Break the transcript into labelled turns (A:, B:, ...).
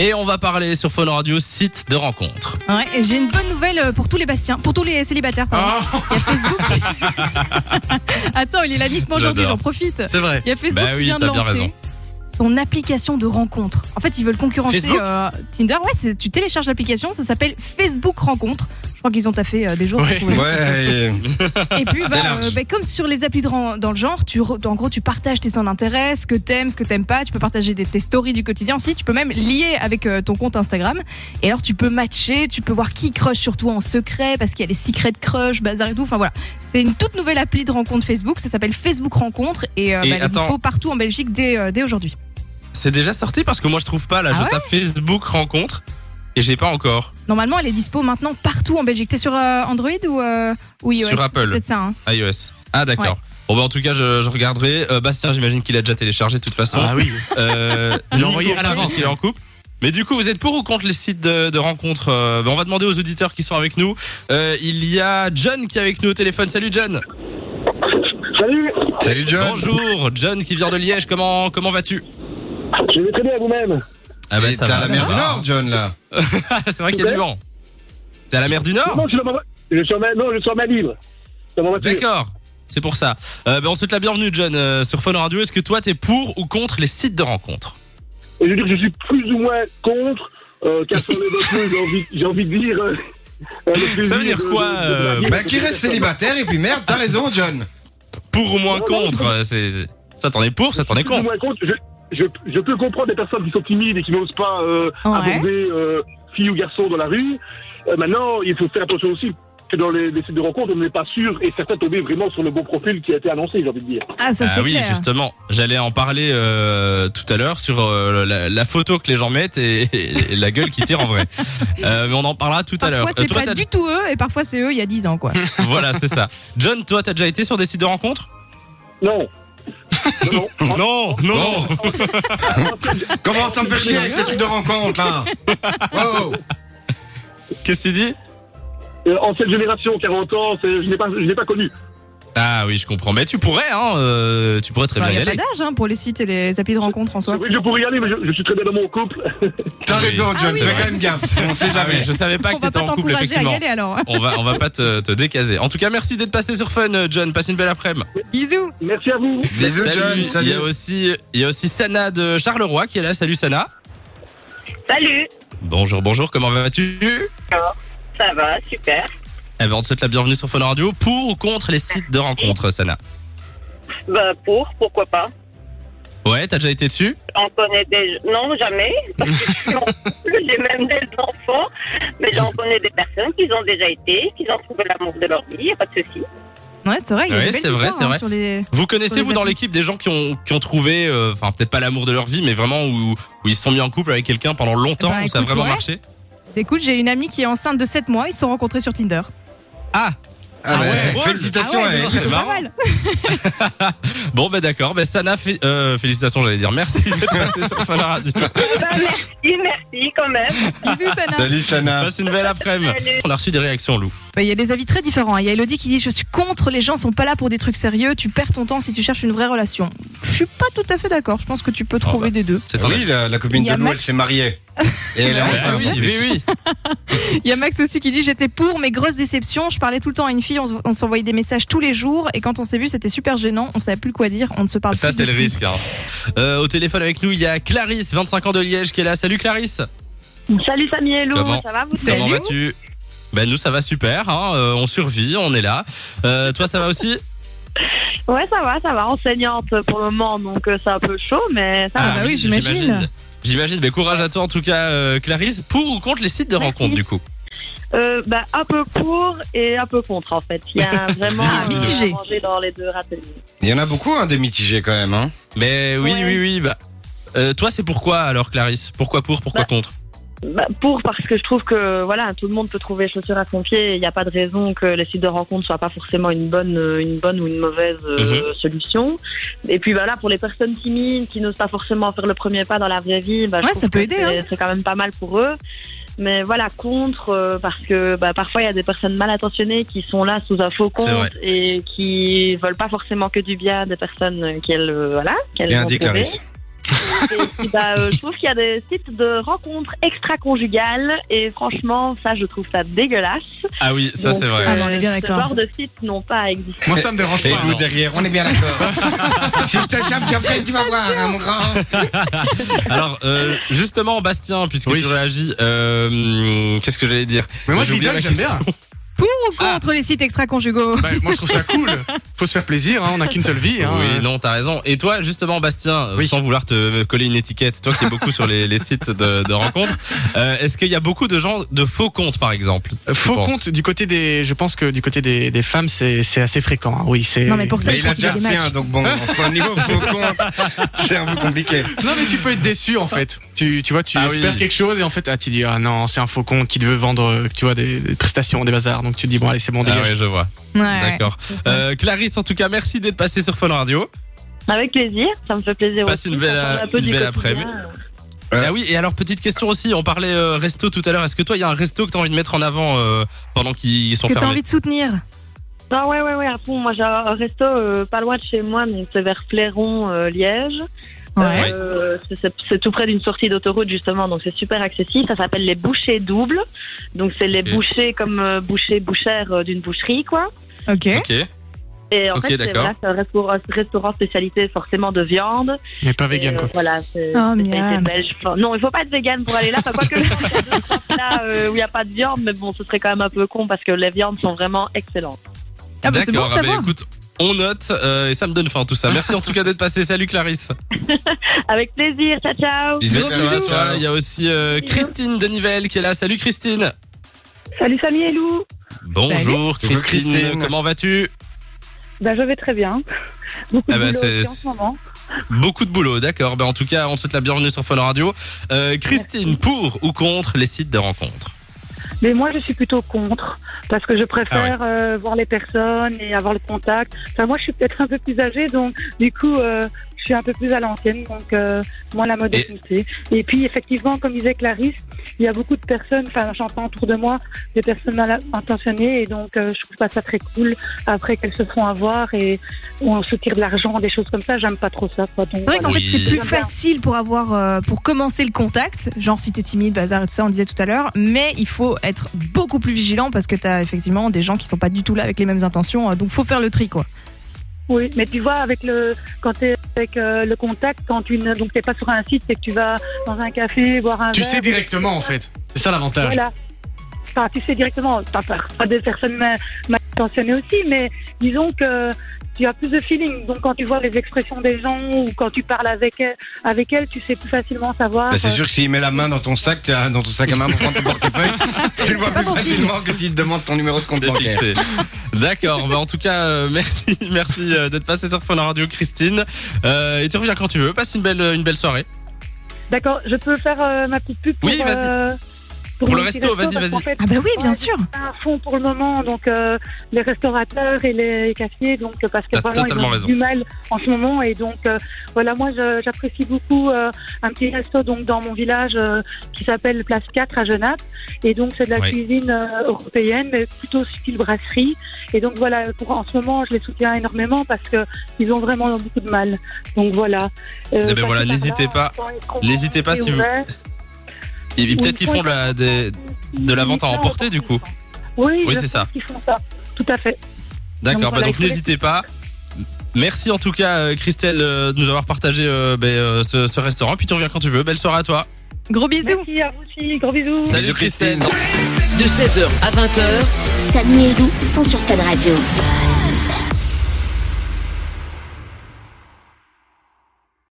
A: Et on va parler sur Phone Radio site de rencontre.
B: Ouais, et j'ai une bonne nouvelle euh, pour tous les Bastiens, pour tous les célibataires. pardon.
C: Ah.
B: Il y a Facebook. Attends, il est là uniquement aujourd'hui,
A: Ah. J'adore.
B: j'en profite.
A: C'est vrai.
B: Il y a Facebook
A: Bah
B: qui
A: oui,
B: vient de
A: t'as bien raison.
B: lancer son application de rencontre. En fait, ils veulent concurrencer
A: Facebook
B: euh, Tinder. Ouais, c'est- tu télécharges l'application, ça s'appelle Facebook Rencontre. Je crois qu'ils ont taffé euh, des jours. pour
A: Ouais.
B: trouver ça.
D: Ouais,
B: Et puis, bah,
D: large.
B: euh, bah, comme sur les applis de ren- dans le genre, tu, re- en gros, tu partages tes centres d'intérêt, ce que t'aimes, ce que t'aimes pas. Tu peux partager des, tes stories du quotidien aussi. Tu peux même lier avec euh, ton compte Instagram. Et alors, tu peux matcher, tu peux voir qui crush sur toi en secret, parce qu'il y a les secrets de crush, bazar et tout. Enfin voilà, c'est une toute nouvelle appli de rencontre Facebook. Ça s'appelle Facebook Rencontre et, euh,
A: Et
B: bah, elle est
A: attends.
B: dispo partout en Belgique dès, euh, dès aujourd'hui.
A: C'est déjà sorti parce que moi je trouve pas là.
B: Ah
A: je
B: ouais
A: tape Facebook rencontre et j'ai pas encore.
B: Normalement, elle est dispo maintenant partout en Belgique. T'es sur euh, Android ou euh, ou iOS
A: Sur Apple.
B: Peut-être ça. hein.
A: iOS. Ah d'accord. Bon bah en tout cas je, je regarderai. Euh, Bastien j'imagine qu'il a déjà téléchargé de toute façon.
C: Ah oui.
A: Euh,
C: Il l'a
A: Nico,
C: envoyé à l'avance,
A: parce qu'il est en couple. Mais du coup, vous êtes pour ou contre les sites de, de rencontres Euh, ben, On va demander aux auditeurs qui sont avec nous. Euh, il y a John qui est avec nous au téléphone. Salut John.
E: Salut,
D: Salut John.
A: Bonjour John qui vient de Liège. Comment comment vas-tu
E: je vais très bien vous-même.
A: Ah
D: Et T'es à la mer du Nord, John, là.
A: C'est vrai qu'il y a du vent. T'es à la mer du Nord
E: Non, je suis dans ma- je suis en ma- non, je suis en ma libre. Dans ma voiture.
A: D'accord. C'est pour ça. Euh, ben, on te souhaite la bienvenue John euh, sur Fun Radio. Est-ce que toi t'es pour ou contre les sites de rencontres
E: Et je veux dire que je suis plus ou moins contre, euh, car sur les autres trucs, j'ai envie, j'ai envie de dire. euh, euh, le plaisir
A: veut dire
E: de-
A: quoi,
E: de- de- de-
A: euh,
E: de- de- de-
D: Bah, qui reste célibataire, et puis merde, t'as raison, John.
A: Pour ou moins
E: Non, non,
A: contre euh, c'est c'est- Soit t'en es pour, soit t'en es
E: Plus ou
A: contre.
E: moins contre. Je, je, je peux comprendre des personnes qui sont timides et qui n'osent pas euh,
B: Ouais.
E: aborder euh, filles ou garçons dans la rue. Euh, maintenant, il faut faire attention aussi que dans les, les sites de rencontres, on n'est pas sûr et certains tomber vraiment sur le bon profil qui a été annoncé, j'ai envie de dire.
B: Ah ça
A: ah
B: c'est
A: oui,
B: clair.
A: justement, j'allais en parler euh, tout à l'heure sur euh, la, la photo que les gens mettent et, et la gueule qui tire en vrai. Euh, mais on en parlera tout à l'heure. Euh,
B: Parfois c'est
A: toi,
B: pas
A: t'as-
B: du tout eux et parfois c'est eux il y a 10 ans quoi.
A: Voilà, c'est ça. John, toi, t'as déjà été sur des sites de rencontres
E: Non. Non, non.
A: Non, non.
D: Comment ça me fait chier avec tes trucs de rencontre, là Oh
A: Qu'est-ce que tu dis
E: Euh, en cette génération, 40 ans, c'est- je n'ai pas, je n'ai pas connu.
A: Ah oui, je comprends. Mais tu pourrais, hein, euh, tu pourrais très
B: Il
A: bien y
B: a pas
A: aller.
B: d'âge hein, pour les sites et les applis de rencontre en soi.
E: Oui, je pourrais y aller, mais je, je suis très bien dans mon couple.
D: T'as
A: Oui. Ah
D: raison, John,
A: oui.
D: fais quand même gaffe, on sait
A: Ah
D: jamais.
A: oui, je savais pas
B: On
A: que
B: va
A: t'étais
B: pas
A: en couple,
B: t'encourager à y
A: effectivement.
B: aller alors.
A: On va, on va pas te, te décaser. En tout cas, merci d'être passé sur Fun, euh, John. Passe une belle après-midi.
B: Bisous.
E: Merci à vous.
D: Bisous,
A: Salut.
D: John,
A: Il
D: salut.
A: y a aussi, il y a aussi Sana de Charleroi qui est là. Salut Sana.
F: Salut,
A: Bonjour, bonjour. Comment vas-tu
F: ça va, super.
A: Eh ben, on te souhaite la bienvenue sur Fun Radio pour ou contre les sites de rencontres, Sana.
F: Bah pour, pourquoi pas.
A: Ouais, t'as déjà été dessus
F: On connaît des... Non, jamais. parce que je suis en couple, J'ai même des enfants. Mais j'en connais des personnes qui ont déjà été, qui ont trouvé l'amour de leur vie, y a pas de souci.
B: Ouais c'est vrai. Il y a
A: Ouais,
B: des belles
A: c'est vrai,
B: histoires,
A: c'est
B: hein,
A: vrai.
B: sur les.
A: Vous connaissez, vous, dans l'équipe, des gens qui ont, qui ont trouvé, euh, enfin, peut-être pas l'amour de leur vie, mais vraiment où, où ils se sont mis en couple avec quelqu'un pendant longtemps,
B: Bah,
A: où ça a
B: écoute,
A: vraiment
B: ouais.
A: marché
B: Écoute j'ai une amie qui est enceinte de 7 mois ils se sont rencontrés sur Tinder.
A: Ah,
D: Ah,
A: Ah
D: ouais,
A: ouais,
D: félicitations
A: ah ouais,
D: à elle.
A: c'est
B: Pas
A: marrant.
B: mal.
A: Bon, ben d'accord, ben Sana, fé- euh, félicitations, j'allais dire merci d'être passé sur Fun Radio.
F: Bah, merci, merci quand même.
B: Bisous Sana.
D: Salut, Sana.
A: Passe Bah, une belle après-midi.
F: Ah. Salut.
A: On a reçu des réactions, Lou.
B: Bah, Il y a des avis très différents. hein. Il y a Elodie qui dit Je suis contre, les gens sont pas là pour des trucs sérieux, tu perds ton temps si tu cherches une vraie relation. Je suis pas tout à fait d'accord, je pense que tu
A: Ah
B: peux trouver
A: bah.
B: des deux.
A: C'est un
D: Oui, la, la copine
B: Il y a
D: de Lou, elle
B: Max.
D: s'est mariée. Et elle est
A: Ah
D: enceinte.
A: oui, oui, oui.
B: Il y a Max aussi qui dit J'étais pour, mais grosse déception, je parlais tout le temps à une fille, on se- on s'envoyait des messages tous les jours, et quand on s'est vu, c'était super gênant, on savait plus quoi dire, on ne se parle
A: Ça,
B: plus
A: c'est le
B: depuis.
A: risque. hein. Euh, au téléphone avec nous, il y a Clarisse, 25 ans de Liège, qui est là. Salut Clarisse.
F: Salut Samy et Lou,
A: Comment
F: ça va vous
B: Salut.
A: Comment vas-tu Ben nous, ça va super. hein, euh, on survit, on est là. Euh, toi, ça va aussi
F: Ouais, ça va, ça va. Enseignante pour le moment, donc euh, c'est un peu chaud, mais ça
B: Ah, bah oui, j'imagine.
A: J'imagine, mais courage à toi en tout cas, euh, Clarisse. Pour ou contre les sites de
F: Merci.
A: rencontres du coup
F: va. Euh, bah, un peu pour et un peu contre en fait. Il y a vraiment
A: Ah,
F: un
B: mitigé.
F: à manger dans les deux râteliers.
D: Il y en a beaucoup, hein, des mitigés quand même. Hein.
A: Mais oui,
F: Ouais.
A: oui, oui. Bah, euh, toi, c'est pourquoi alors, Clarisse Pourquoi pour, pourquoi contre
F: Bah, pour parce que je trouve que voilà tout le monde peut trouver chaussure à son pied. et Il n'y a pas de raison que les sites de rencontre soient pas forcément une bonne euh, une bonne ou une mauvaise
D: Mhm.
F: euh, solution. Et puis voilà pour les personnes timides qui n'osent pas forcément faire le premier pas dans la vraie vie, bah, je
B: Ouais,
F: trouve
B: ça peut
F: que
B: aider, hein.
F: C'est c'est quand même pas mal pour eux. Mais voilà contre euh, parce que bah, parfois il y a des personnes mal intentionnées qui sont là sous un faux
A: C'est vrai.
F: compte et qui veulent pas forcément que du bien des personnes euh, qu'elles euh, voilà qu'elles
D: Bien
F: vont
D: dit,
F: trouver.
D: Clarisse.
F: Et puis, bah, euh, je trouve qu'il y a des sites de rencontres extra-conjugales et franchement, ça, je trouve ça dégueulasse.
A: Ah oui, ça
F: Donc, euh,
A: c'est vrai.
B: Ah, mais on est bien
F: ce
B: d'accord.
F: genre de sites n'ont pas à exister.
C: Moi, ça me dérange
D: Et
C: pas.
D: nous derrière, on est bien d'accord. si je te chame, tu après, tu vas voir, hein, mon grand.
A: Alors euh, justement Bastien, puisque
C: Oui.
A: tu réagis, euh, qu'est-ce que j'allais dire
C: Mais moi,
A: J'ai oublié
C: Lidl,
A: ma
C: j'aime bien.
A: question.
B: Pour ou
A: Ah.
B: contre les sites extra-conjugaux
C: Bah, moi, je trouve ça cool. Faut se faire plaisir, hein, on n'a qu'une seule vie. Hein.
A: Oui, non, t'as raison. Et toi, justement, Bastien, euh,
C: Oui.
A: sans vouloir te coller une étiquette, toi qui es beaucoup sur les, les sites de, de rencontres, euh, est-ce qu'il y a beaucoup de gens de faux comptes, par exemple
C: Euh, Faux
A: Je pense.
C: compte du côté des, je pense que du côté des, des femmes c'est c'est assez fréquent. hein. Oui c'est.
B: Non, mais pour ça,
D: Mais
B: il
D: il a
B: faut qu'il y
D: déjà
B: ait
D: le
B: des matchs.
D: sien, donc bon, enfin, au niveau faux compte, c'est un peu compliqué.
C: Non, mais tu peux être déçu en fait. Tu, tu vois tu
A: Ah oui.
C: espères quelque chose et en fait ah tu dis ah non c'est un faux compte qui te veut vendre euh, tu vois des, des prestations des bazars donc tu dis bon allez c'est bon
A: Ah
C: dégage.
A: ouais, je vois.
B: Ouais.
A: D'accord. Euh, Clarisse, en tout cas, merci d'être passée sur Fun Radio.
F: Avec plaisir, ça me fait plaisir.
A: Passe
F: aussi,
A: une belle-
F: ça parle un peu
A: une
F: du
A: belle
F: quotidien.
D: Euh.
A: Ah oui, et alors petite question aussi, on parlait euh, resto tout à l'heure. Est-ce que toi, il y a un resto que t'as envie de mettre en avant euh, pendant qu'ils sont
B: Que t'as
A: fermés
B: envie de soutenir.
F: Ah ouais, ouais, ouais, à fond. Moi, j'ai un resto euh, pas loin de chez moi, donc c'est vers Pléron, euh, Liège.
A: Ah
B: Ouais.
F: Euh, c'est- c'est- c'est tout près d'une sortie d'autoroute, justement, donc c'est super accessible. Ça s'appelle les bouchées doubles. Donc, c'est les
A: Ok.
F: bouchées comme euh, bouchées, bouchères euh, d'une boucherie, quoi.
B: Ok.
A: Ok.
F: Et en
A: Ok,
F: fait, c'est
A: d'accord.
F: voilà, c'est un restaurant, restaurant spécialité forcément de viande.
C: Mais pas vegan
F: Et, euh,
C: quoi.
F: Voilà, c'est
B: Oh,
F: spécialité
B: miam.
F: belge. Enfin, Non, il faut pas être vegan pour aller là. Enfin, quoique, là euh, où il n'y a pas de viande, mais bon, ce serait quand même un peu con parce que les viandes sont vraiment excellentes.
B: Ah bah c'est bon
A: D'accord,
B: à
A: ah bah,
B: savoir.
A: écoute, on note euh, et ça me donne faim tout ça. Merci en tout cas d'être passée. Salut Clarisse.
F: Avec plaisir, ciao, ciao.
A: Bisous,
D: Bisous.
A: ça va, tu vois. Il y a aussi euh, Christine de Nivelles qui est là. Salut Christine.
G: Salut Samy et Lou.
A: Bonjour
D: Salut.
A: Christine.
D: Bonjour, Christine.
A: Comment vas-tu
G: Ben, je vais très bien. Beaucoup
A: Ah
G: de
A: bah,
G: boulot
A: c'est-
G: aussi en ce moment.
A: Beaucoup de boulot, d'accord. Ben, en tout cas, on te souhaite la bienvenue sur Fun Radio. Euh, Christine, pour ou contre les sites de rencontres
G: Mais moi, je suis plutôt contre parce que je préfère euh, voir les personnes et avoir le contact. Enfin, moi, je suis peut-être un peu plus âgée, donc du coup, euh, je suis un peu plus à l'ancienne. Donc, euh, moi, la modernité. Et... puis, effectivement, comme disait Clarisse, il y a beaucoup de personnes. Enfin, j'entends autour de moi des personnes mal intentionnées, et donc euh, je trouve pas ça très cool. Après, qu'elles se font avoir et on se tire de l'argent, des choses comme ça. J'aime pas trop ça. Quoi. Donc,
B: C'est vrai qu'en
A: Ah Oui.
B: fait, c'est plus
G: J'aime bien.
B: facile pour avoir, euh, pour commencer le contact, genre si t'es timide, bazar et tout ça, on disait tout à l'heure, mais il faut être beaucoup plus vigilant parce que t'as effectivement des gens qui sont pas du tout là avec les mêmes intentions, euh, donc faut faire le tri quoi.
G: Oui, mais tu vois, avec le, quand tu es avec euh, le contact, quand tu ne- donc t'es pas sur un site, c'est que tu vas dans un café, boire
B: Ah
G: un
C: Tu
G: verre.
C: sais directement en fait c'est ça l'avantage.
G: Voilà. Enfin, tu sais directement, t'as pas, pas des personnes ma- mal intentionnées aussi, mais disons que tu as plus de feeling. Donc quand tu vois les expressions des gens ou quand tu parles avec elles, avec elles tu sais plus facilement savoir.
D: Bah, c'est
G: euh,
D: sûr que s'il met la main dans ton sac, tu as- dans ton sac à main pour prendre ton portefeuille, tu le vois
B: Pas
D: plus
B: bon signe.
D: facilement que s'il te demande ton numéro de compte
A: T'es
D: bancaire.
A: fixé. D'accord. Ben, en tout cas, euh, merci, merci euh, d'être passée sur Fun Radio, Christine. Euh, et tu reviens quand tu veux. Passe une belle, une belle soirée.
G: D'accord, je peux faire euh, ma petite pub pour,
A: Oui, vas-y.
G: euh,
A: Pour le
G: mon petit
A: resto, vas-y,
G: parce
A: vas-y.
G: qu'en fait,
B: Ah bah oui, bien
G: Ouais.
B: sûr.
G: à fond pour le moment, donc euh, les restaurateurs et les cafés, donc euh, parce que
A: T'as
G: vraiment ils
A: totalement
G: ont
A: raison.
G: du mal en ce moment et donc euh, voilà, moi je- j'apprécie beaucoup euh, un petit resto donc dans mon village euh, qui s'appelle Place 4 à Genappe et donc c'est de la
A: Ouais.
G: cuisine euh, européenne mais plutôt style brasserie et donc voilà pour en ce moment je les soutiens énormément parce que ils ont vraiment beaucoup de mal donc voilà. Euh,
A: Eh ben
G: passer
A: voilà,
G: par là,
A: n'hésitez pas.
G: quand ils seront
A: N'hésitez pas si vous.
G: ouverts,
A: Et- et
G: ou
A: Peut-être
G: ils
A: qu'ils font de la, des- de la vente à emporter du coup.
G: Oui,
A: Oui,
G: je
A: c'est
G: pense
A: ça.
G: qu'ils font ça. Tout à fait.
A: D'accord,
G: Donc,
A: bah
G: voilà,
A: donc
G: il faut
A: n'hésitez pas. Merci en tout cas euh, Christelle euh, de nous avoir partagé euh, ben, euh, ce, ce restaurant. Puis tu reviens quand tu veux. Belle soirée à toi.
B: Gros bisous.
G: Merci à vous aussi. Gros bisous.
A: Salut
D: Bisous,
A: Christelle.
D: Christine.
H: De 16h à 20h,
I: Samy et Lou sont sur Fan Radio.